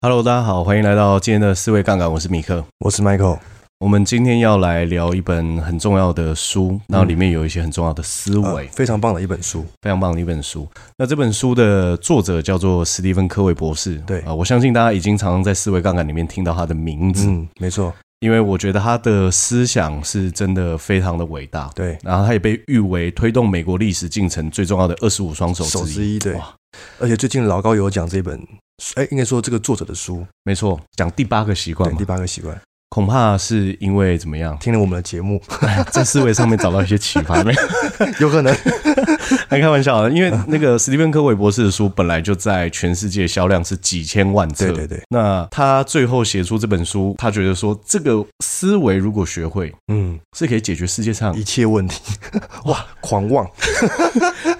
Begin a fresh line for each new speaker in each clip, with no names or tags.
Hello，大家好，欢迎来到今天的四位杠杆，我是米克。
我是 Michael。
我们今天要来聊一本很重要的书，那里面有一些很重要的思
呃
维，
非常棒的一本书，
非常棒的一本书。那这本书的作者叫做史蒂芬·科维博士，
对
啊、我相信大家已经常常在四维杠杆里面听到他的名字，
嗯，没错，
因为我觉得他的思想是真的非常的伟大。
对，
然后他也被誉为推动美国历史进程最重要的二十五双手
手
之
之
一。
一，对
哇。
而且最近老高有讲这本书，哎，应该说这个作者的书，
没错，讲第八个习惯
对，
嘛
第，八个习惯，
恐怕是因为怎么 样，
听了我们的节目，
在思维上面找到一些启发。没有
有 可能，
还开玩笑啊，因为那 个史蒂芬·科维博士的书本来就在全世界销量是几千万册，
对对对，
那他最后写出这本书，他觉得说这个思维如果学会，
嗯，
是可以解决世界上
一切问题， 哇，狂妄，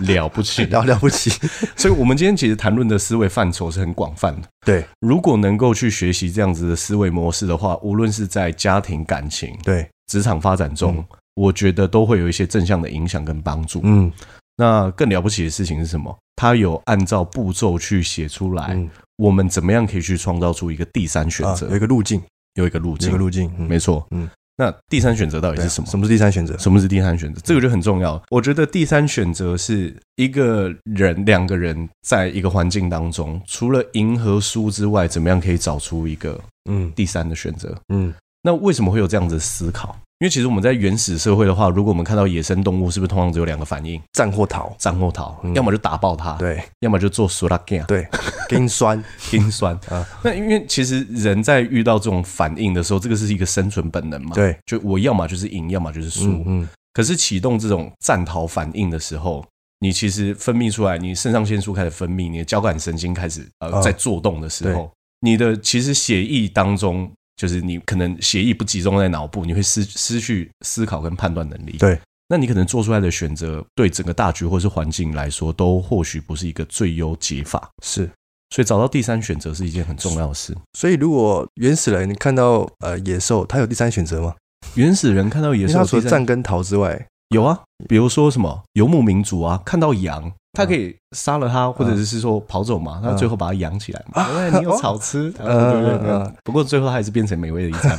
了不起 的。
了了不 起，
所以，我们今天其实谈论的思维范畴是很广泛的。
对
如果能够去学习这样子的思维模式的话，无论是在家庭、感情、
对，
职场发展中，我觉得都会有一些正向的影响跟帮助。
嗯
那更了不起的事情是什么？他有按照步骤去写出来，
嗯
我们怎么样可以去创造出一个第三选
啊，
择，
有一个路径，
有一个路
有一
径
个。路径，嗯
没错，
嗯，
那第三选择到底
对啊
是什么？
什么是第三选择？
什么是第三选择？这个就很重要。我觉得第三选择是一个人、两个人在一个环境当中，除了赢和输之外，怎么样可以找出一个
嗯
第三的选择？
嗯，
那为什么会有这样子的思考？因为其实我们在原始社会的话，如果我们看到野生动物，是不是通常只有两个反应：
战或逃，
战或逃，
嗯
要么就打爆它，
对
要么就做苏拉干，
对，跟酸，
心酸
啊
那因为其实人在遇到这种反应的时候，这个是一个生存本能嘛。，
对，
就我要么就是赢，要么就是输。
嗯嗯，
可是启动这种战逃反应的时候，你其实分泌出来，你肾上腺素开始分泌，你的交感神经开始呃、
啊
在做动的时候，你的其实血液当中，就是你可能血液不集中在脑部，你会失失去思考跟判断能力。
对。
那你可能做出来的选择，对整个大局或是环境来说，都或许不是一个最优解法。
是。
所以找到第三选择是一件很重要的事。
所以，如果原始人看到呃野兽，他有第三选择吗？
原始人看到野
因为
兽
他
的
除
第三，
了战跟逃之外，
有啊，比如说什么游牧民族啊，看到羊，他可
嗯
以杀了它，或者是说跑走嘛，他最后把它养起来嘛，哎你有草吃，对对
啊哦嗯嗯
对
嗯。
不过最后它还是变成美味的一餐。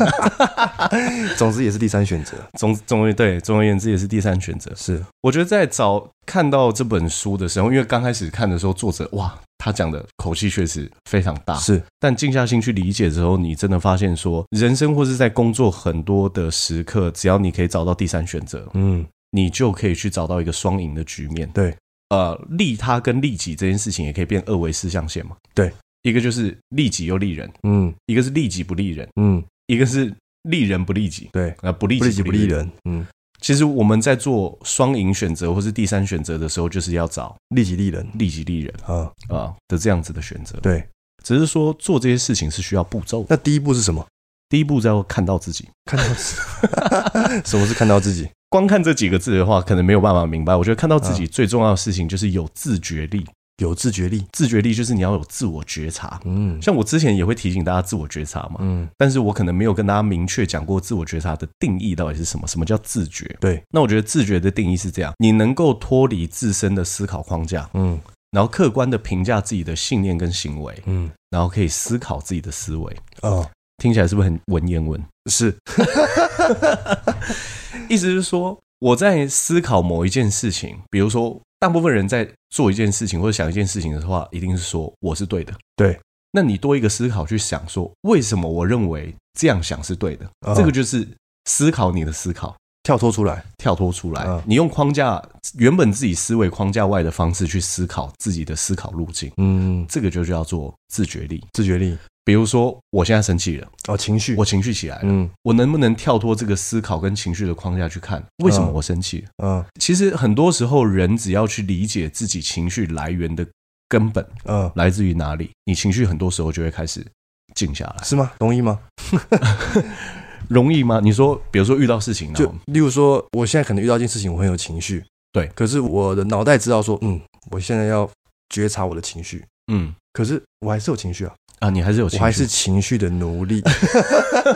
总之也是第三选择，
总 总而对，总而言之也是第三选择。
是
我觉得在找看到这本书的时候，因为刚开始看的时候，作者哇，他讲的口气确实非常大，
啊是，
但静下心去理解之后，你真的发现说，人生或是在工作很多的时刻，只要你可以找到第三选择，
嗯，
你就可以去找到一个双赢的局面。
对，
呃，利他跟利己这件事情也可以变二维四象限嘛。
对，
一个就是利己又利人，
嗯
一个是利己不利人，
嗯，
一个是利人不利己。
对，
啊、不利
不利己不利
人。
人，嗯，
其实我们在做双赢选择或是第三选择的时候，就是要找
利己利人
利己利人
啊，
啊、的这样子的选择。
对。
只是说做这些事情是需要步骤的。
那第一步是什么？
第一步叫看到自己，
看到自己， 什么是看到自己？
光看这几个字的话，可能没有办法明白。我觉得看到自己最重要的事情就是有自觉力，
有自觉力，
自觉力就是你要有自我觉察。
嗯
像我之前也会提醒大家自我觉察嘛，
嗯，
但是我可能没有跟大家明确讲过自我觉察的定义到底是什么，什么叫自觉？
对，
那我觉得自觉的定义是这样：你能够脱离自身的思考框架，
嗯
然后客观的评价自己的信念跟行为，
嗯，
然后可以思考自己的思维。
哦，
听起来是不是很文言文？
是，
意思是说，我在思考某一件事情，比如说，大部分人在做一件事情或者想一件事情的话，一定是说我是对的。
对，
那你多一个思考去想说，为什么我认为这样想是对的？
嗯
这个就是思考你的思考，
跳脱出来，
跳脱出来，
嗯
你用框架原本自己思维框架外的方式去思考自己的思考路径，
嗯，
这个就叫做自觉力。
自觉力，
比如说，我现在生气了，
哦，情绪，
我情绪起来了，
嗯
我能不能跳脱这个思考跟情绪的框架去看，为什么我生气了？
嗯
其实很多时候，人只要去理解自己情绪来源的根本
嗯，
来自于哪里，你情绪很多时候就会开始静下来。
是吗？同意吗？
容易吗？你说，比如说遇到事情，
就
然后
例如说，我现在可能遇到一件事情，我很有情绪，
对
可是我的脑袋知道说，嗯，我现在要觉察我的情绪，
嗯
可是我还是有情绪啊，
啊，你还是有情
我
绪，
还是情绪的奴隶。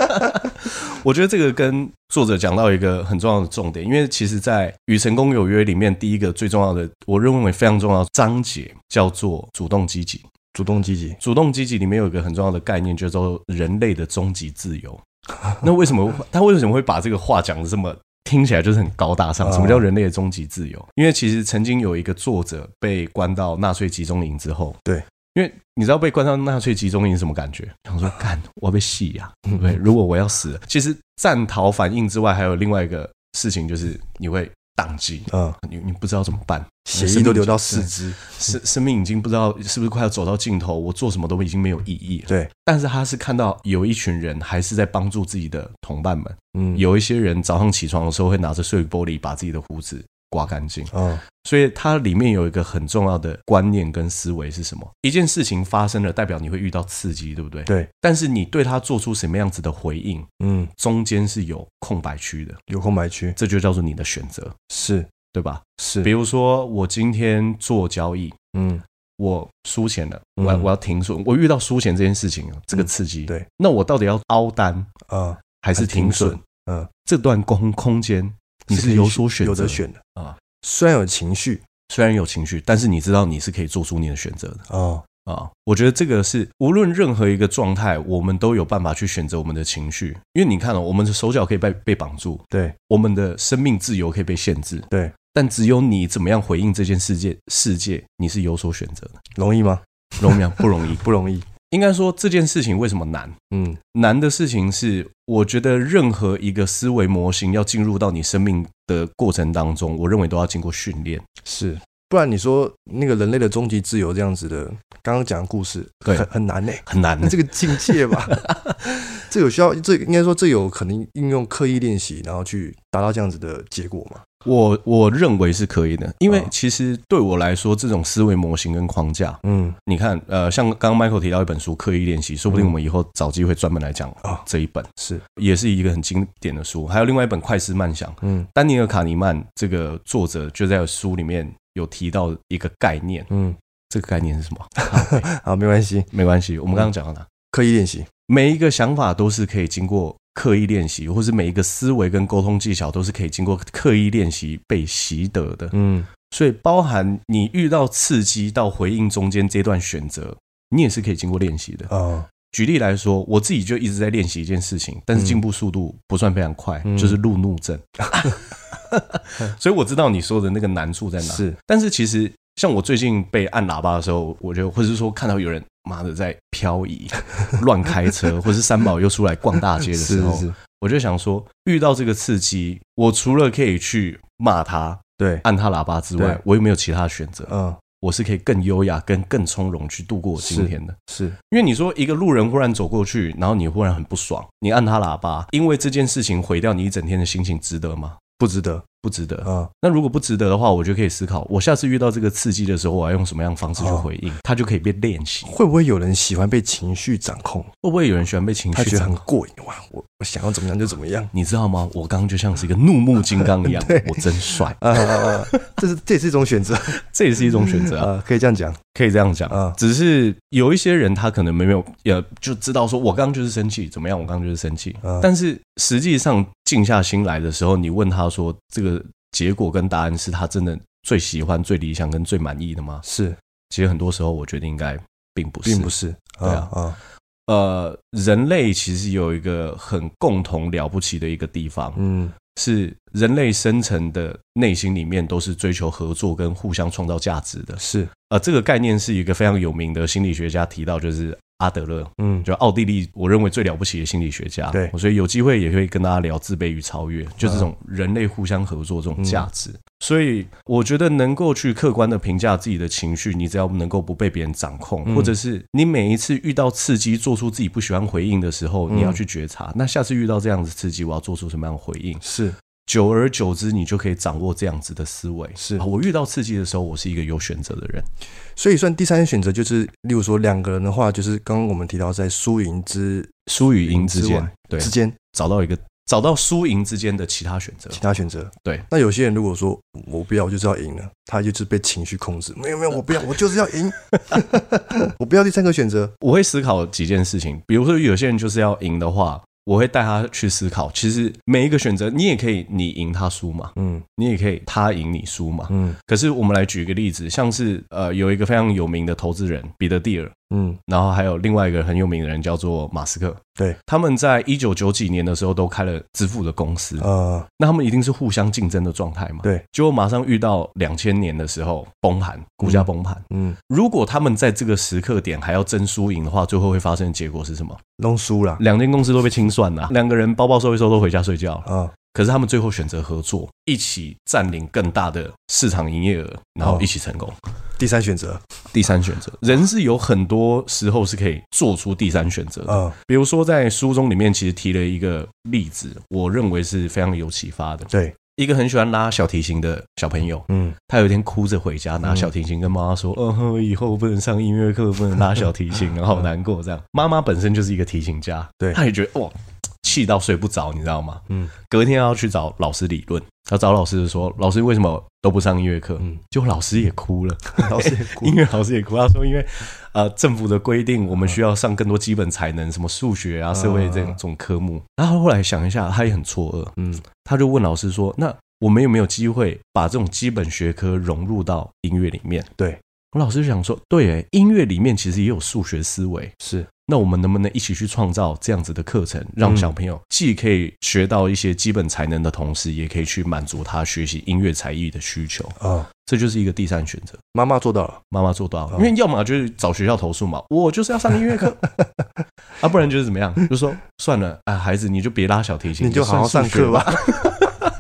我觉得这个跟作者讲到一个很重要的重点，因为其实，在《与成功有约》里面，第一个最重要的，我认为非常重要的章节叫做主动积极。
主动积极，
主动积极里面有一个很重要的概念，叫做人类的终极自由。 那为什么他为什么会把这个话讲的这么听起来就是很高大上？
嗯
什么叫人类的终极自由？因为其实曾经有一个作者被关到纳粹集中营之后，
对，
因为你知道被关到纳粹集中营是什么感觉？想说干，我要被戏呀、对不对？如果我要死了，其实战逃反应之外，还有另外一个事情就是你会宕机，
嗯，
你你不知道怎么办，
血液都流到四肢，
生生命已经不知道是不是快要走到尽头，我做什么都已经没有意义了。
对，
但是他是看到有一群人还是在帮助自己的同伴们，
嗯，，
有一些人早上起床的时候会拿着碎玻璃把自己的胡子刮干净，
嗯，
所以它里面有一个很重要的观念跟思维是什么？一件事情发生了，代表你会遇到刺激，对不对？
对，
但是你对它做出什么样子的回应，
嗯，
中间是有空白区的，
有空白区，
这就叫做你的选择，
是
对吧？比
是，
如说我今天做交易，
嗯，
我输钱了，我要
嗯
我要停损，我遇到输钱这件事情，哦这个刺激，
对，
那我到底要凹单
啊，
还是停损？，
嗯，
这段空空间你
可
是
以
有所选择，
有的。选的
啊
啊，虽然有情绪
虽然有情绪，但是你知道你是可以做出你的选择的
啊，
啊。我觉得这个是无论任何一个状态，我们都有办法去选择我们的情绪，因为你看了、我们的手脚可以被被绑住，
对，
我们的生命自由可以被限制，
对。
但只有你怎么样回应这件世界，世界你是有所选择的，
容易吗？
容易吗不容易？
不容易，
应该说这件事情为什么难？
嗯，
难的事情是，我觉得任何一个思维模型要进入到你生命的过程当中，我认为都要经过训练。
是。不然你说那个人类的终极自由这样子的，刚刚讲的故事，
对嗯
很很难呢、
很难
那这个境 界吧，这有需要，这应该说这有可能应用刻意练习，然后去达到这样子的结果嘛？
我我认为是可以的，因为
嗯
其实对我来说，这种思维模型跟框架，
嗯，
你看，呃，像刚刚 Michael 提到一本书《刻意练习》，说不定我们以后找机会专门来讲
啊
这一本，
是，
也是一个很经典的书。还有另外一本《快思慢想》，
嗯
丹尼尔·卡尼曼这个作者就在书里面有提到一个概念，
嗯，
这个概念是什么？
好，没关系，
没关系，我们刚刚讲到哪？
刻意练习，
每一个想法都是可以经过刻意练习，或是每一个思维跟沟通技巧都是可以经过刻意练习被习得的。
嗯，
所以，包含你遇到刺激到回应中间这段选择，你也是可以经过练习的。
啊，
举例来说，我自己就一直在练习一件事情，但是进步速度不算非常快，
嗯
就是路怒症。 所以我知道你说的那个难处在哪。
是，
但是其实像我最近被按喇叭的时候，我就或者是说看到有人妈的在漂移、 乱开车，或是三宝又出来逛大街的时
是
候，
是是，
我就想说，遇到这个刺激，我除了可以去骂他、
对，
按他喇叭之外
对，
我有没有其他选择？
嗯，
我是可以更优雅、跟更从容去度过我今天的。
是，
因为你说一个路人忽然走过去，然后你忽然很不爽，你按他喇叭，因为这件事情毁掉你一整天的心情，值得吗？
不值得，
不值得。
啊，
那如果不值得的话，我就可以思考，我下次遇到这个刺激的时候，我要用什么样的方式去
哦
回应，它就可以被练习。
会不会有人喜欢被情绪掌控？
会不会有人喜欢被情
他
绪
觉得
掌
很
控？
过瘾，哇，我我想要怎么样就怎么样。
你知道吗？我刚刚就像是一个怒目金刚一样
对，
我真帅，
啊啊啊！啊这是这也是一种选择
这也是一种选择啊，
啊，可以这样讲。
可以这样讲。
啊
只是有一些人他可能没有，也就知道说我刚刚就是生气，怎么样？我刚刚就是生气。
啊
但是实际上静下心来的时候，你问他说这个结果跟答案是他真的最喜欢、最理想跟最满意的吗？
是，
其实很多时候，我觉得应该并不是，
并不是。
对啊
啊，
呃，人类其实有一个很共同了不起的一个地方，
嗯，
是人类深层的内心里面都是追求合作跟互相创造价值的。
是，
呃，这个概念是一个非常有名的心理学家提到，就是阿德勒，
嗯，
就奥地利我认为最了不起的心理学家。
对嗯
所以有机会也会跟大家聊自卑与超越，就这种人类互相合作这种价值。所以我觉得能够去客观的评价自己的情绪，你只要能够不被别人掌控，
嗯
或者是你每一次遇到刺激做出自己不喜欢回应的时候，
嗯
你要去觉察，那下次遇到这样子刺激，我要做出什么样的回应？
是，
久而久之，你就可以掌握这样子的思维。
是
啊我遇到刺激的时候，我是一个有选择的人。
所以算第三选择就是，例如说两个人的话，就是刚刚我们提到在输赢之
输与赢之
之
间
外，
对，
之间
找到一个找到输赢之间的其他选择。
其他选择。
对，
那有些人如果说我不要，我就是要赢了，他就是被情绪控制。没有没有，我不要，我就是要 赢，我不要第三个选择。
我会思考几件事情，比如说有些人就是要赢的话，我会带他去思考，其实每一个选择，你也可以你赢他输嘛，
嗯
你也可以他赢你输嘛。
嗯
可是我们来举一个例子，像是呃有一个非常有名的投资人彼得蒂尔，
嗯
然后还有另外一个很有名的人叫做马斯克，
对，
他们在一九九几年的时候都开了支付的公司，
啊，
那他们一定是互相竞争的状态嘛，
对，
结果马上遇到两千年的时候崩盘，股价崩盘。
嗯，
如果他们在这个时刻点还要争输赢的话，最后会发生的结果是什么？
弄输了
两间公司都被清算了、两个人包包收一收都回家睡觉了。
啊，
可是他们最后选择合作，一起占领更大的市场营业额，然后一起成功。
第三选择
哦第三选择，人是有很多时候是可以做出第三选择的。
啊，
比如说，在书中里面其实提了一个例子，我认为是非常有启发的。
对，
一个很喜欢拉小提琴的小朋友，
嗯
他有一天哭着回家，拿小提琴跟妈妈说：“嗯哼，以后不能上音乐课，不能拉小提琴，然后好难过。” 这样，妈妈本身就是一个提琴家，
对
他也觉得哇，气到睡不着，你知道吗？
嗯
隔天要去找老师理论，他找老师就说：“老师为什么都不上音乐课？”
嗯，
结果老师也哭了，
老师也哭
音乐老师也哭，他说：“因为呃，政府的规定，我们需要上更多基本才能，什么数学啊、社会这种这种科目。”然后后来想一下，他也很错愕，
嗯
他就问老师说：“那我们有没有机会把这种基本学科融入到音乐里面？”
对，
我老师就想说：“对耶，音乐里面其实也有数学思维，
是
那我们能不能一起去创造这样子的课程，让
嗯
小朋友既可以学到一些基本才能的同时，也可以去满足他学习音乐才艺的需求？
啊，
这就是一个第三选择。”
妈妈做到了，
妈妈做到了，因为要么就是找学校投诉嘛，我就是要上音 乐课，啊，不然就是怎么样，就说算了啊，孩子你就别拉小提琴，
你就好好上课
吧。
吧。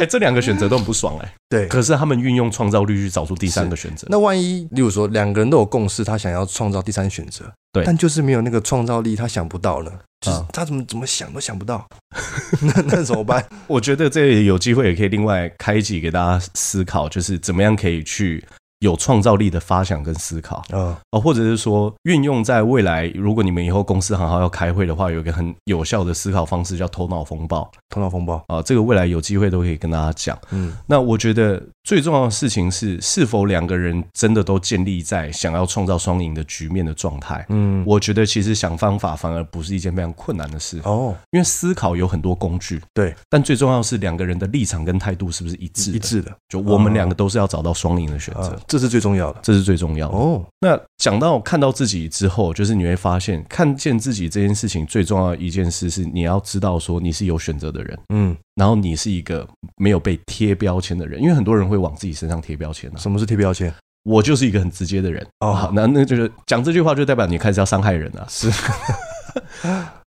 哎、这两个选择都很不爽哎、
对，
可是他们运用创造力去找出第三个选择，
那万一，例如说两个人都有共识，他想要创造第三选择，
对
但就是没有那个创造力，他想不到呢，就是
啊
他怎么怎么想都想不到， 那那怎么办？
我觉得这也有机会也可以另外开一集给大家思考，就是怎么样可以去有创造力的发想跟思考
啊，
哦，或者是说运用在未来，如果你们以后公司行号要开会的话，有一个很有效的思考方式叫头脑风暴
头脑风暴，
啊、这个未来有机会都可以跟大家讲。
嗯
那我觉得最重要的事情是，是否两个人真的都建立在想要创造双赢的局面的状态。
嗯，
我觉得其实想方法反而不是一件非常困难的事，
哦，
因为思考有很多工具，
对，
但最重要是两个人的立场跟态度是不是一致的？
一致的，
就我们两个都是要找到双赢的选择
啊，，这是最重要的。
这是最重要的。
哦，
那讲到看到自己之后，就是你会发现，看见自己这件事情最重要的一件事是，你要知道说你是有选择的人，
嗯，
然后你是一个没有被贴标签的人，因为很多人会往自己身上贴标签啊。
什么是贴标签？
我就是一个很直接的人
哦
好，那那就是讲这句话就代表你开始要伤害人了、是。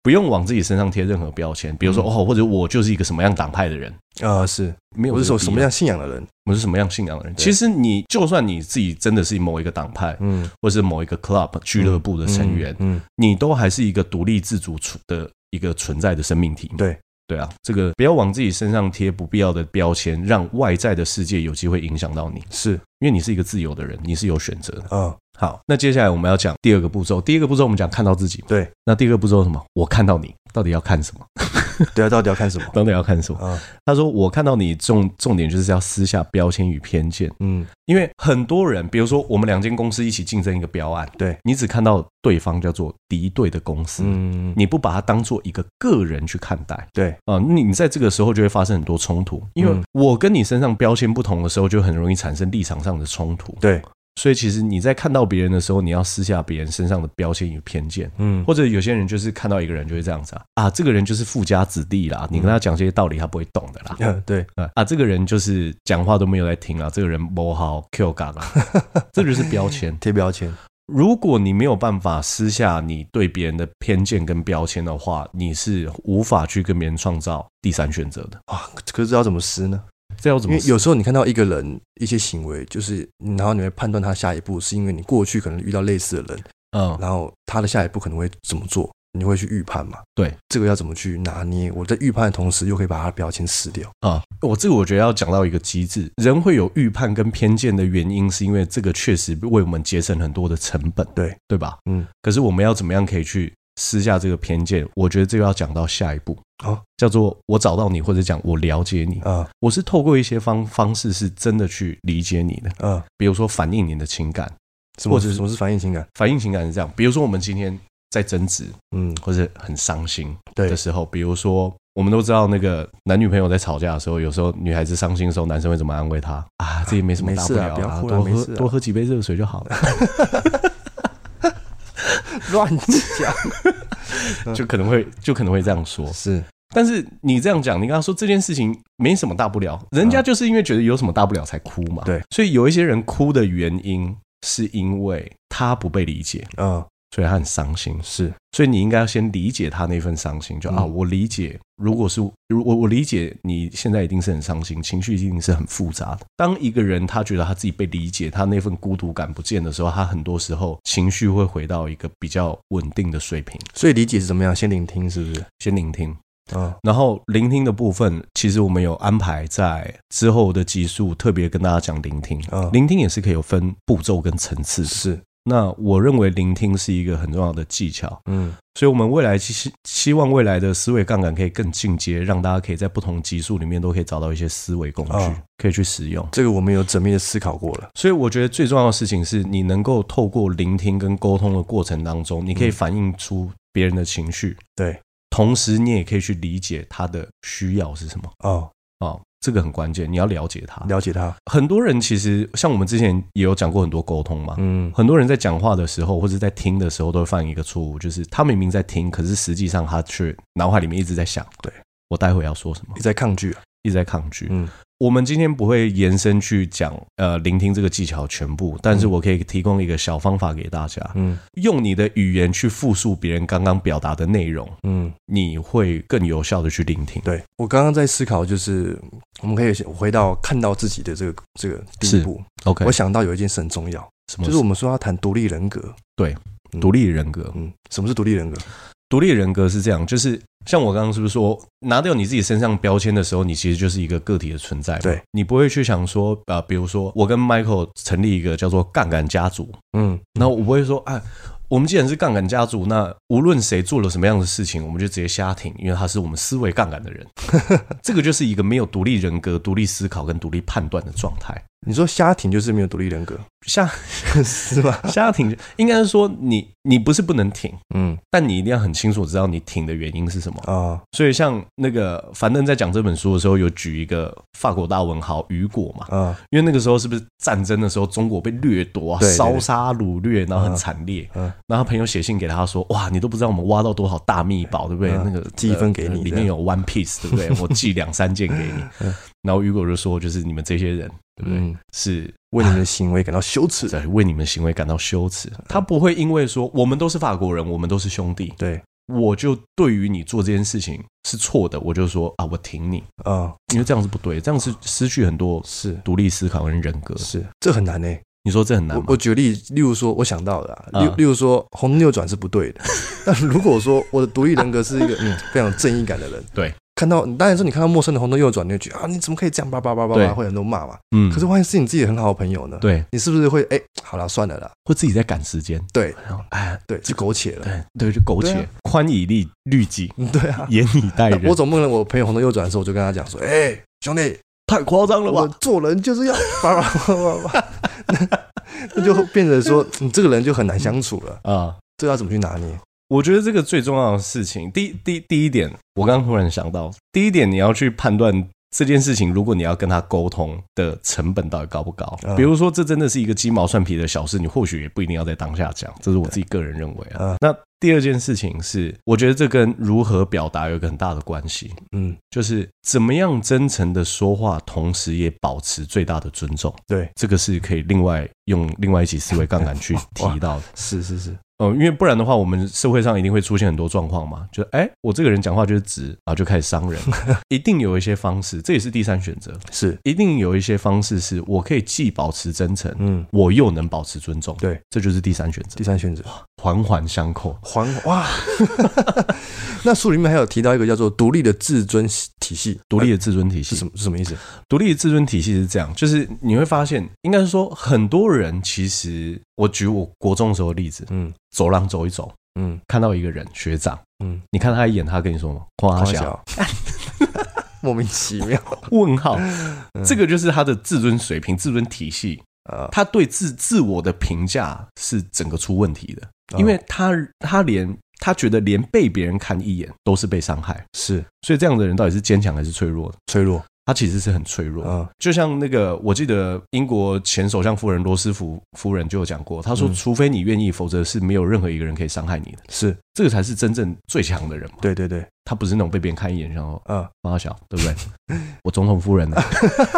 不用往自己身上贴任何标签，比如
嗯
说、哦，或者我就是一个什么样党派的人，
啊，是，
没有
我是
这
说
个
什
必
么
要
样，信仰的人？
我是什么样信仰的人。其实你就算你自己真的是某一个党派，
嗯，
或是某一个 club 俱乐部的成员，
嗯，
你都还是一个独立自主存的一个存在的生命体。
对
对啊，这个不要往自己身上贴不必要的标签，让外在的世界有机会影响到你，
是
因为你是一个自由的人，你是有选择的。
啊，
好，那接下来我们要讲第二个步骤。第一个步骤我们讲看到自己，
对
那第二个步骤是什么？我看到你，到底要看什么？
对啊，到底要看什么？
到底要看什么？
啊，
他说我看到你重重点就是要撕下标签与偏见，
嗯，
因为很多人，比如说我们两间公司一起竞争一个标案，
对，
你只看到对方叫做敌对的公司。
嗯，
你不把它当做一个个人去看待
对，
啊、你你在这个时候就会发生很多冲突，因为
嗯
我跟你身上标签不同的时候，就很容易产生立场上的冲突。
对，
所以其实你在看到别人的时候，你要撕下别人身上的标签与偏见，
嗯，
或者有些人就是看到一个人就会这样子啊，啊，这个人就是富家子弟啦，你跟他讲这些道理他不会懂的 啦。
嗯，对，
啊啊，这个人就是讲话都没有在听啊，这个人不好 Q 嘎 啦，这就是标签。
贴标签，
如果你没有办法撕下你对别人的偏见跟标签的话，你是无法去跟别人创造第三选择的。
啊，可是要怎么撕呢？
这要怎
因
么
为
撕？
有时候你看到一个人一些行为，就是然后你会判断他下一步，是因为你过去可能遇到类似的人，
嗯，
然后他的下一步可能会怎么做，你会去预判嘛？
对，
这个要怎么去拿捏？我在预判的同时，又可以把他的标签撕掉。
啊，我这个我觉得要讲到一个机制，人会有预判跟偏见的原因，是因为这个确实为我们节省很多的成本，
对
对吧？
嗯，
可是我们要怎么样可以去撕下这个偏见？我觉得这个要讲到下一步，
哦
叫做我找到你，或者讲我了解你。
啊
我是透过一些方方式，是真的去理解你的，
啊，
比如说反映你的情感，
什么
或者
是
是
什么是反应情感？
反映情感是这样，比如说我们今天在争执
嗯，
或者很伤心，
对
的，时候，比如说我们都知道那个男女朋友在吵架的时候，有时候女孩子伤心的时候，男生会怎么安慰她啊？这也没什么大了
没事啊不要哭啦
多
没
喝
事啊
多喝几杯热水就好了。
乱讲，
就可能会就可能会这样说。
是
但是你这样讲，你刚刚说这件事情没什么大不了，人家就是因为觉得有什么大不了才哭嘛。
对，
所以有一些人哭的原因是因为他不被理解，
嗯，
所以他很伤心。
是
所以你应该要先理解他那份伤心，就、啊，
嗯
我理解，如果是如我我理解你现在一定是很伤心，情绪一定是很复杂的。当一个人他觉得他自己被理解，他那份孤独感不见的时候，他很多时候情绪会回到一个比较稳定的水平。
所以理解是怎么样？先聆听是不是？
先聆听，
嗯，
然后聆听的部分，其实我们有安排在之后的集数特别跟大家讲聆听。
嗯
聆听也是可以有分步骤跟层次的。
是，
那我认为聆听是一个很重要的技巧。
嗯，
所以，我们未来其实希望未来的思维杠杆可以更进阶，让大家可以在不同级数里面都可以找到一些思维工具，
嗯
可以去使用。
这个我们有缜密的思考过了，
所以，我觉得最重要的事情是你能够透过聆听跟沟通的过程当中，你
嗯
可以反映出别人的情绪，
对，
同时你也可以去理解他的需要是什么
哦，
啊、哦这个很关键，你要了解他。
了解他，
很多人其实像我们之前也有讲过很多沟通嘛，
嗯，
很多人在讲话的时候，或者在听的时候，都会犯一个错误，就是他明明在听，可是实际上他却脑海里面一直在想，
对
我待会要说什么
一，直在抗拒啊，
一直在抗拒。
嗯，
我们今天不会延伸去讲呃聆听这个技巧全部，但是我可以提供一个小方法给大家，
嗯
用你的语言去复述别人刚刚表达的内容，
嗯，
你会更有效的去聆听。
对我刚刚在思考，就是我们可以先回到看到自己的这个这个第一
是
步，
OK，
我想到有一件事很重要，
什么
就是我们说要谈独立人格，
独立人格？
嗯，什么是独立人格？
独立人格是这样，就是像我刚刚是不是说，拿掉你自己身上标签的时候，你其实就是一个个体的存在嘛。
对
你不会去想说，呃，比如说我跟 Michael 成立一个叫做杠杆家族，
嗯，
那我不会说，哎，我们既然是杠杆家族，那无论谁做了什么样的事情，我们就直接瞎挺，因为他是我们思维杠杆的 人。这个就是一个没有独立人格、独立思考跟独立判断的状态。
你说瞎挺就是没有独立人格
瞎
是吧？
瞎挺，应该是说你你不是不能挺，
嗯
但你一定要很清楚知道你挺的原因是什么。
啊，
所以像那个樊登在讲这本书的时候，有举一个法国大文豪雨果嘛，
啊，
因为那个时候是不是战争的时候，中国被掠夺啊，
对对对
烧杀掳掠，然后很惨烈。
嗯
然后他朋友写信给他说：“哇，你都不知道我们挖到多少大秘宝，对不对？
嗯
那个
寄一份给你
呃里
这样
面有 One Piece，对不 对？我寄两三件给你。”然后雨果就说：“就是你们这些人，对不对？
嗯，
是
为你们的行为感到羞 耻，
在为你们行为感到羞耻。”他不会因为说我们都是法国人，我们都是兄弟，
对，
我就对于你做这件事情是错的，我就说啊，我挺你，
啊，
因为这样是不对，这样是失去很多
哦是
独立思考跟人格。
是，这很难呢。
你说这很难
我
吗
我？举个例，例如说，我想到的啊，例
嗯
例如说红六转是不对的， 但如果说我的独立人格是一个嗯非常有正义感的人，
对。
看到当然说你看到陌生的红灯右转，你就觉得啊你怎么可以这样叭叭叭叭
对
叭，会很多骂嘛。
嗯
可是万一是你自己很好的朋友呢？，
对，
你是不是会哎、好了算了啦，
会自己在赶时间。
对
然后哎，
对，就苟且了，
对对，就苟
对
且
啊，
宽以利律己，
嗯对啊。
严以待
那
人
我。总不能我朋友红灯右转的时候，我就跟 他讲说，哎、兄弟，
太夸张
我？做人就是要叭叭叭叭叭，那那就变成说你这个人就很难相处了，
啊，
这要怎么去拿捏？
我觉得这个最重要的事情，第第第一点，我刚刚突然想到，第一点你要去判断。这件事情，如果你要跟他沟通的成本到底高不高？
嗯
比如说，这真的是一个鸡毛蒜皮的小事，你或许也不一定要在当下讲，这是我自己个人认为啊
嗯。
那第二件事情是，我觉得这跟如何表达有一个很大的关系，
嗯，
就是怎么样真诚的说话，同时也保持最大的尊重。
对，
这个是可以另外用另外一起思维杠杆 去提到的。
是是是，
嗯，因为不然的话，我们社会上一定会出现很多状况嘛，就哎、我这个人讲话就是直，然后就开始伤人， 一定有一些方式，这也是第三选择，
是，
一定有一些方式是我可以既保持真诚，
嗯，
我又能保持尊重，
对，
这就是第三选择
第，三选择
环环相扣。
还哇。 那书里面还有提到一个叫做独立的自尊体系，
独立的自尊呃体系
呃是什么是什么意思？
独立的自尊体系是这样，就是你会发现，应该是说很多人其实，我举我国中的时候的例子，
嗯
走廊走一走，
嗯
看到一个人学长，
嗯，
你看他一眼，他跟你说吗？夸
花
小
小， 莫名其妙
问号，这个就是他的自尊水平、自尊体系，
啊，
他对自自我的评价是整个出问题的，
嗯
因为他他连他觉得连被别人看一眼都是被伤害，
是
所以这样的人到底是坚强还是脆弱的？
脆弱，
他其实是很脆弱。
啊，
就像那个，我记得英国前首相夫人罗斯福夫人就有讲过，她说，
嗯
除非你愿意，否则是没有任何一个人可以伤害你的。
是
这个才是真正最强的人嘛。
对对对，
他不是那种被别人看一眼然后
啊，
妈小，对不对？我总统夫人啊呢？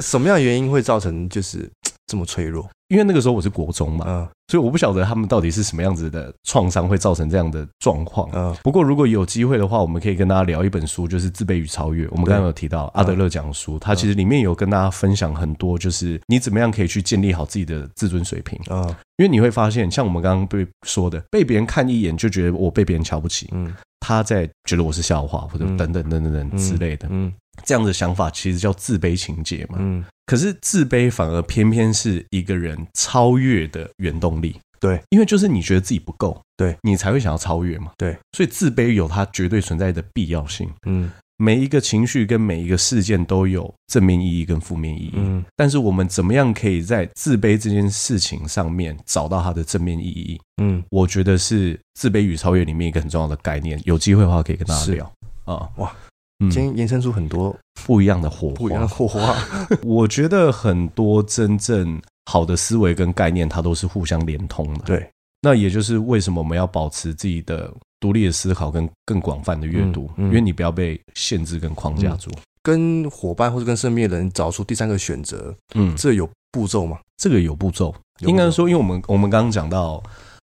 什么样的原因会造成就是这么脆弱？
因为那个时候我是国中嘛，
啊
所以我不晓得他们到底是什么样子的创伤会造成这样的状况。
啊，
不过，如果有机会的话，我们可以跟大家聊一本书，就是《自卑与超越》。我们刚刚有提到阿德勒讲的
嗯
书，他其实里面有跟大家分享很多，就是你怎么样可以去建立好自己的自尊水平。
啊，
因为你会发现，像我们刚刚被说的，被别人看一眼就觉得我被别人瞧不起，
嗯
他在觉得我是笑话，或者
嗯
等等等等等之类的，
嗯
这样的想法其实叫自卑情结嘛。
嗯，
可是自卑反而偏偏是一个人超越的原动力。
对，
因为就是你觉得自己不够，
对
你才会想要超越嘛。
对，
所以自卑有它绝对存在的必要性。
嗯
每一个情绪跟每一个事件都有正面意义跟负面意义，
嗯
但是我们怎么样可以在自卑这件事情上面找到它的正面意义？
嗯，
我觉得是自卑与超越里面一个很重要的概念。有机会的话可以跟大家
是
聊啊。
哇，
嗯，
今天延伸出很多
不一样的火花，
不一样的火花。
我觉得很多真正好的思维跟概念，它都是互相连通的。
对，
那也就是为什么我们要保持自己的独立的思考跟更广泛的阅读，
嗯嗯
因为你不要被限制跟框架住。
跟伙伴或者跟身边的人找出第三个选择，
嗯，
这有步骤吗？
这个有步骤，
有步骤
应该说，因为我们我们刚刚讲到。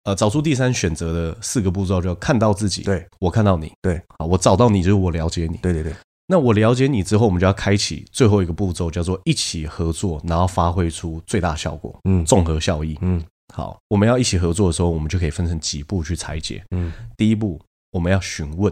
呃，找出第三选择的四个步骤，就看到自己，
对
我看到你，
对
啊，我找到你就是我了解你。
对对对，
那我了解你之后，我们就要开启最后一个步骤，叫做一起合作，然后发挥出最大效果，
嗯
综合效益。
嗯
好，我们要一起合作的时候，我们就可以分成几步去拆解。
嗯，
第一步，我们要询问，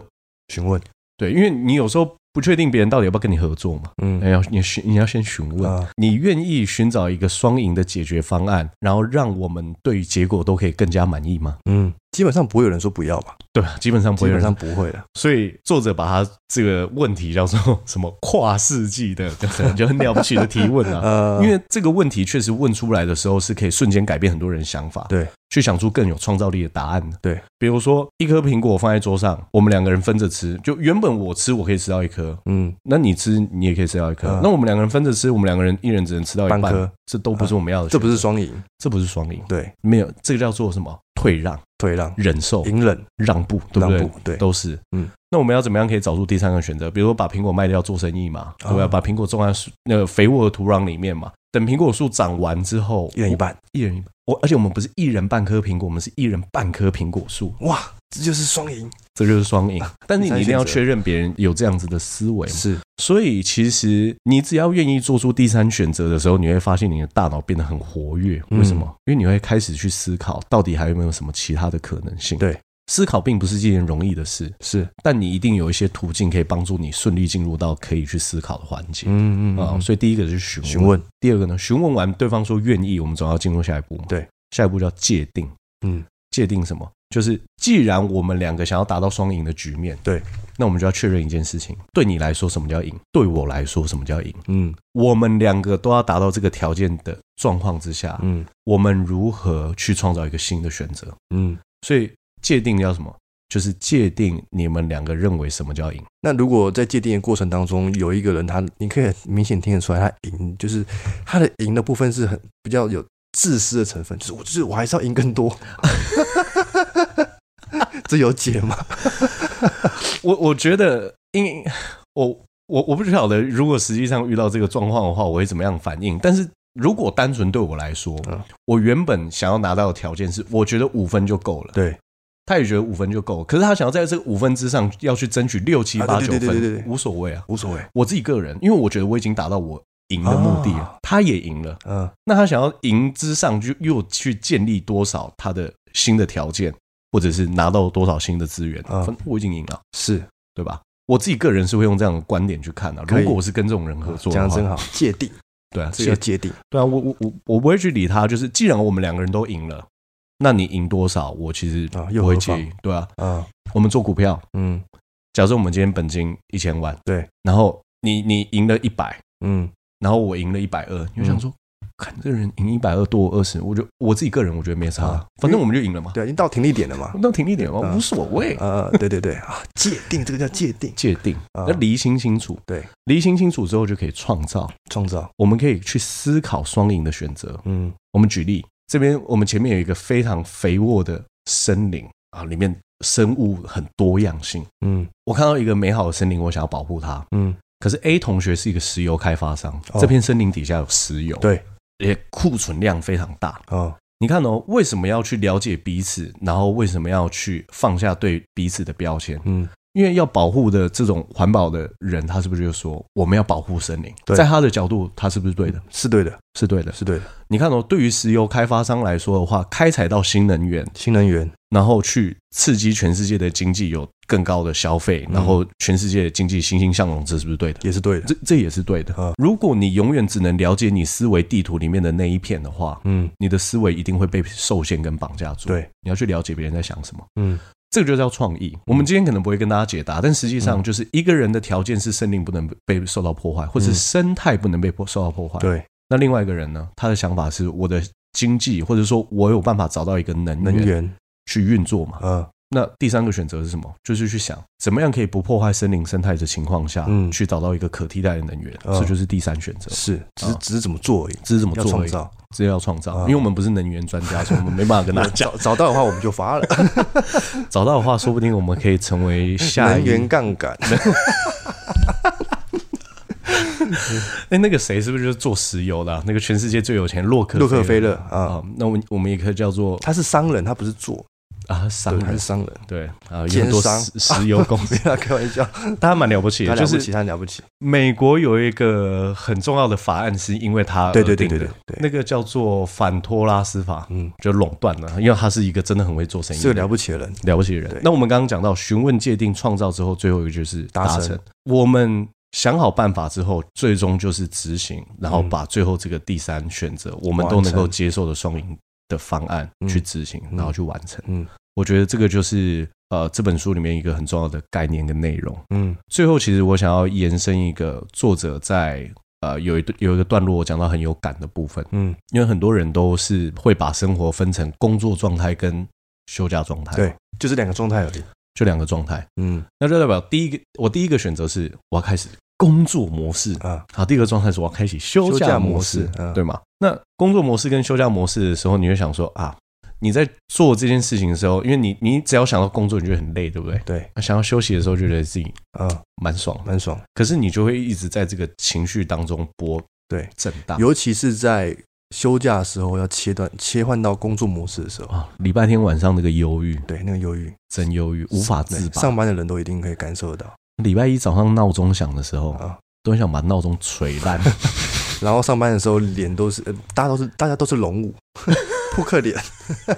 询问，
对，因为你有时候不确定别人到底要不要跟你合作嘛，
嗯
你要你询你要先询问，
啊
你愿意寻找一个双赢的解决方案，然后让我们对于结果都可以更加满意吗？
嗯，基本上不会有人说不要吧？
对吧？基本上不
基
会有人
本上，不会了。
所以作者把他这个问题叫做什么跨世纪的， 就就很了不起的提问 啊。
呃，
因为这个问题确实问出来的时候，是可以瞬间改变很多人想法。
对
去想出更有创造力的答案的。
对，
比如说一颗苹果放在桌上，我们两个人分着吃，就原本我吃我可以吃到一颗，
嗯
那你吃你也可以吃到一颗，
嗯
那我们两个人分着吃，我们两个人一人只能吃到一半，
半颗嗯
这都不是我们要的选择、
这不是双赢，
这不是双赢，
对，
没有这个叫做什么退让、
退让、
忍受、
隐忍、
让步，对不
让
对？
步，对，
都是，
嗯。
那我们要怎么样可以找出第三个选择？比如说把苹果卖掉做生意嘛，对不对？
啊
把苹果种在树那个肥沃的土壤里面嘛，等苹果树长完之后，
一人一半。
一人一半。我而且我们不是一人半颗苹果，我们是一人半颗苹果树，
哇，这就是双赢，
这就是双
啊
赢。但是你一定要确认别人有这样子的思维嘛。
是
所以其实你只要愿意做出第三选择的时候，你会发现你的大脑变得很活跃。
嗯
为什么？因为你会开始去思考，到底还有没有什么其他的可能性。
对，
思考并不是一件容易的事，
是，
但你一定有一些途径可以帮助你顺利进入到可以去思考的环节。
嗯
啊、所以第一个就是询问，
询问，
第二个呢，询问完对方说愿意，我们总要进入下一步嘛。
对，
下一步叫界定。
嗯，
界定什么？就是既然我们两个想要达到双赢的局面，
对，
那我们就要确认一件事情：对你来说什么叫赢？对我来说什么叫赢？
嗯
我们两个都要达到这个条件的状况之下，
嗯
我们如何去创造一个新的选择？
嗯。
所以界定要什么？就是界定你们两个认为什么叫赢。
那如果在界定的过程当中，有一个人他，你可以很明显听得出来，他赢就是他的赢的部分是很比较有自私的成分，就是我就是我还是要赢更多， 这有解吗？
我我觉得，因我我我不晓得，如果实际上遇到这个状况的话，我会怎么样反应？但是如果单纯对我来说，
嗯
我原本想要拿到的条件是，我觉得五分就够了。
对，
他也觉得五分就够了，可是他想要在这个五分之上要去争取六七
啊
八
对
九
对对对对
分，
对
无所谓啊。
无所谓，
我自己个人，因为我觉得我已经达到我赢的目的了
啊，
他也赢了。
嗯
那他想要赢之上，就又去建立多少他的新的条件，或者是拿到多少新的资源？
啊
反正我已经赢了。
是
对吧？我自己个人是会用这样的观点去看啊。
可以
如果我是跟这种人合作的话，
啊讲的真好，界定
对啊，
这
这
叫
个
界定，
对啊，我我我我不会去理他。就是既然我们两个人都赢了，那你赢多少，我其实
啊又
不会
何
介
妨
意。对啊，
啊
我们做股票，
嗯
假设我们今天本金一千万，
对，
然后你你赢了一百，
嗯
然后我赢了一百二，你就想说，看这个人赢一百二多我二十，我就我自己个人我觉得没差，
啊
反正我们就赢了嘛，
对，已经到停力点了嘛。
那挺一点嘛，
啊
无所谓。
呃，对对对啊，界定这个叫界定，
界定，
啊
那厘清清楚，
对，
厘清清楚之后就可以创造。
创造，
我们可以去思考双赢的选择。
嗯
我们举例，这边我们前面有一个非常肥沃的森林啊，里面生物很多样性。
嗯
我看到一个美好的森林，我想要保护它。
嗯，
可是 A 同学是一个石油开发商，
哦
这片森林底下有石油，，
对，
也库存量非常大。
哦，
你看哦，为什么要去了解彼此？然后为什么要去放下对彼此的标签？
嗯
因为要保护的这种环保的人，他是不是就说我们要保护森林？
对
在他的角度，他是不是对的？
是对的，
是对的。
是对的，
你看哦，对于石油开发商来说的话，开采到新能源，
新能源，
然后去刺激全世界的经济有更高的消费，然后全世界的经济欣欣向荣，这是不是对的？
也是对的，
这这也是对的
嗯。
如果你永远只能了解你思维地图里面的那一片的话，
嗯
你的思维一定会被受限跟绑架住。
对，
你要去了解别人在想什么。
嗯
这个就叫创意。我们今天可能不会跟大家解答，但实际上就是一个人的条件是森林不能被受到破坏，或者
嗯
生态不能被破受到破坏。，
对，
那另外一个人呢，他的想法是我的经济，或者说我有办法找到一个能
能
源
源，
去运作嘛？
呃，
那第三个选择是什么？就是去想怎么样可以不破坏森林生态的情况下，
嗯
去找到一个可替代的能源，
嗯
这就是第三选择。
是，只是
啊
只是怎么做而已，
这是怎么
要
做而
创
已？
造，
这要创造，
啊
因为我们不是能源专家，所以我们没办法跟大家
找找到的话我们就发了，
找到的话，说不定我们可以成为 下
能
一
源杠杆，
哎、那个谁是不是就是做石油的啊、那个全世界最有钱洛克
洛克菲勒
啊、
啊，
那我们我们也可以叫做
他是商人，他不是做，
啊
对
商，
他是
人，
商人，
对啊，有
奸
很多
商
石石油公司
没，有啦开玩笑，
他蛮了不起
他
的。
了
就
不起，
是
他了不起，
美国有一个很重要的法案，是因为他而
对对对
定呃
对
的
对对
那个叫做反托拉斯法，
嗯，
就垄断了，因为他是一个真的很会做生意
是个
的
了不起的人，
了不起的人
对。
那我们刚刚讲到询问、界定、创造之后，最后一个就是
达
达
成
成。我们想好办法之后，最终就是执行，然后
嗯
把最后这个第三选择，我们
完
都能够
成
接受的双赢的方案
嗯
去执行，然后
嗯
去完成。
嗯
我觉得这个就是呃这本书里面一个很重要的概念跟内容。
嗯
最后，其实我想要延伸一个作者在。呃，有一段有一个段落我讲到很有感的部分，
嗯，
因为很多人都是会把生活分成工作状态跟休假状态，
对，就是两个状态而已，
就两个状态。
嗯
那就代表第一个，我第一个选择是我要开始工作模式
啊，
好，第二个状态是我要开启休
休
假
假
模
模
式
式，嗯
对吗？那工作模式跟休假模式的时候，你会想说啊，你在做这件事情的时候，因为你你只要想到工作，你就很累，对不对？
对，
那想要休息的时候，就觉得自己
啊，
蛮爽的，
蛮爽。
可是你就会一直在这个情绪当中波
对
震荡。
尤其是在休假的时候要切断切换到工作模式的时候，
啊，礼拜天晚上那个忧郁，
对那个忧郁
真忧郁，无法自
对
拔。
上班的人都一定可以感受得到
礼拜一早上闹钟响的时候，
啊。
都很想把闹钟捶烂。
然后上班的时候脸都是，呃大家都是大家都是龙舞， 扑克脸。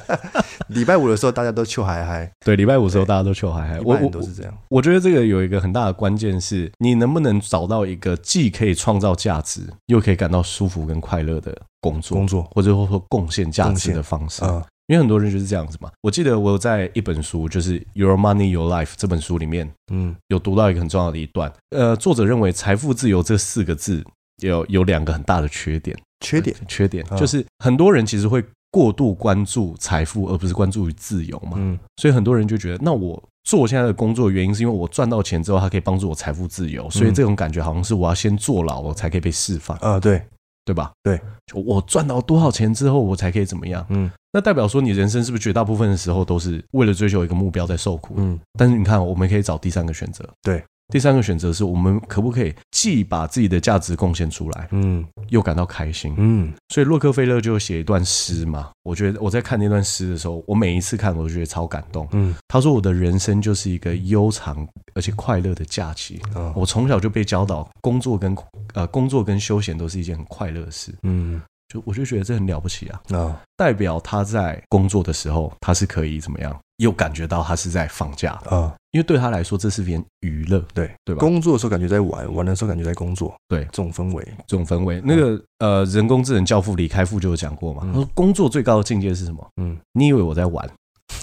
礼拜五的时候大家都秋嗨嗨，
对，礼拜五的时候大家都求嗨嗨，
一
我
般
我
人都是这样。
我觉得这个有一个很大的关键是，你能不能找到一个既可以创造价值，又可以感到舒服跟快乐的工作，
工作
或者说贡献嗯价值的方式。
啊，
因为很多人就是这样子嘛。我记得我在一本书，就是《Your Money Your Life》这本书里面
嗯
有读到一个很重要的一段。呃，作者认为财富自由这四个字有有两个很大的缺点，
缺点，
缺点
啊
就是很多人其实会过度关注财富，而不是关注于自由嘛。
嗯
所以很多人就觉得，那我做现在的工作的原因是因为我赚到钱之后，它可以帮助我财富自由，所
嗯
以这种感觉好像是我要先坐牢，我才可以被释放，
啊，对，
对吧？
对，
我赚到多少钱之后，我才可以怎么样？
嗯
那代表说，你人生是不是绝大部分的时候都是为了追求一个目标在受苦？
嗯
但是你看，我们可以找第三个选择，
对。
第三个选择是我们可不可以既把自己的价值贡献出来，
嗯
又感到开心？
嗯，
所以洛克菲勒就写一段诗嘛，我觉得我在看那段诗的时候，我每一次看我都觉得超感动。
嗯
他说：“我的人生就是一个悠长而且快乐的假期。
啊，
我从小就被教导，工作跟呃工作跟休闲都是一件很快乐的事。
嗯
就我就觉得这很了不起啊！
啊
代表他在工作的时候，他是可以怎么样，又感觉到他是在放假的，
啊，
因为对他来说这是篇娱乐
对
对吧
工作的时候感觉在玩，玩的时候感觉在工作，
对
这种氛围，
这种氛围。那个呃，人工智能教父李开复就有讲过嘛，
嗯
他说工作最高的境界是什么？
嗯
你以为我在玩，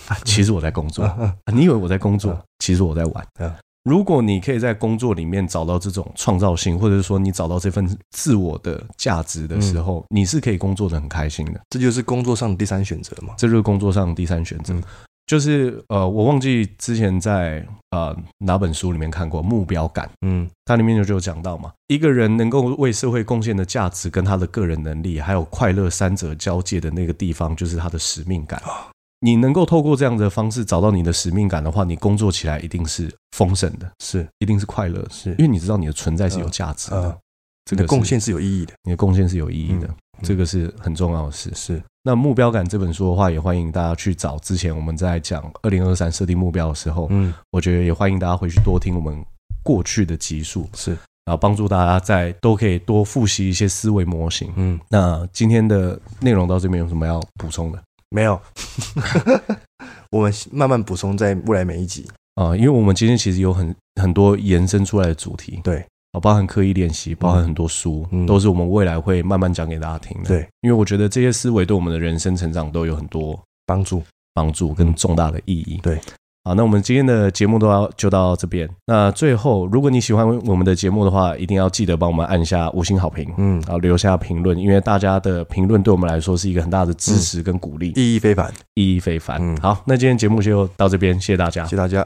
啊、其实我在工作；
啊嗯
啊你以为我在工作，其实我在玩
啊。
如果你可以在工作里面找到这种创造性，或者是说你找到这份自我的价值的
嗯
时候，你是可以工作的很开心的。
这就是工作上的第三选择嘛。
这就是工作上的第三选择。
嗯
就是呃，我忘记之前在呃哪本书里面看过《目标感》，
嗯
它里面就就有讲到嘛，一个人能够为社会贡献的价值，跟他的个人能力还有快乐三者交界的那个地方，就是他的使命感。你能够透过这样子的方式找到你的使命感的话，你工作起来一定是丰盛的，
是
一定是快乐的，
是
因为你知道你的存在是有价值的，
呃，
这
你
个
的贡
是
献是有意义的，
你的贡献是有意义的，
嗯
这个是很重要的事。
是
那《目标感》这本书的话，也欢迎大家去找。之前我们在讲二零二三设定目标的时候，
嗯
我觉得也欢迎大家回去多听我们过去的集数，
是
然后帮助大家在都可以多复习一些思维模型。
嗯
那今天的内容到这边有什么要补充的
没有， 我们慢慢补充在未来每一集。
啊、因为我们今天其实有很很多延伸出来的主题，
对
啊，包含刻意练习，包含很多书，
嗯
都是我们未来会慢慢讲给大家听的。
对，
因为我觉得这些思维对我们的人生成长都有很多
帮助，
帮助跟重大的意义。
对，
好，那我们今天的节目都要就到这边。那最后，如果你喜欢我们的节目的话，一定要记得帮我们按下五星好评，
嗯，
然后留下评论，因为大家的评论对我们来说是一个很大的支持跟鼓励，
意义非凡，
意义非凡。
嗯
好，那今天节目就到这边，谢谢大家，
谢谢大家。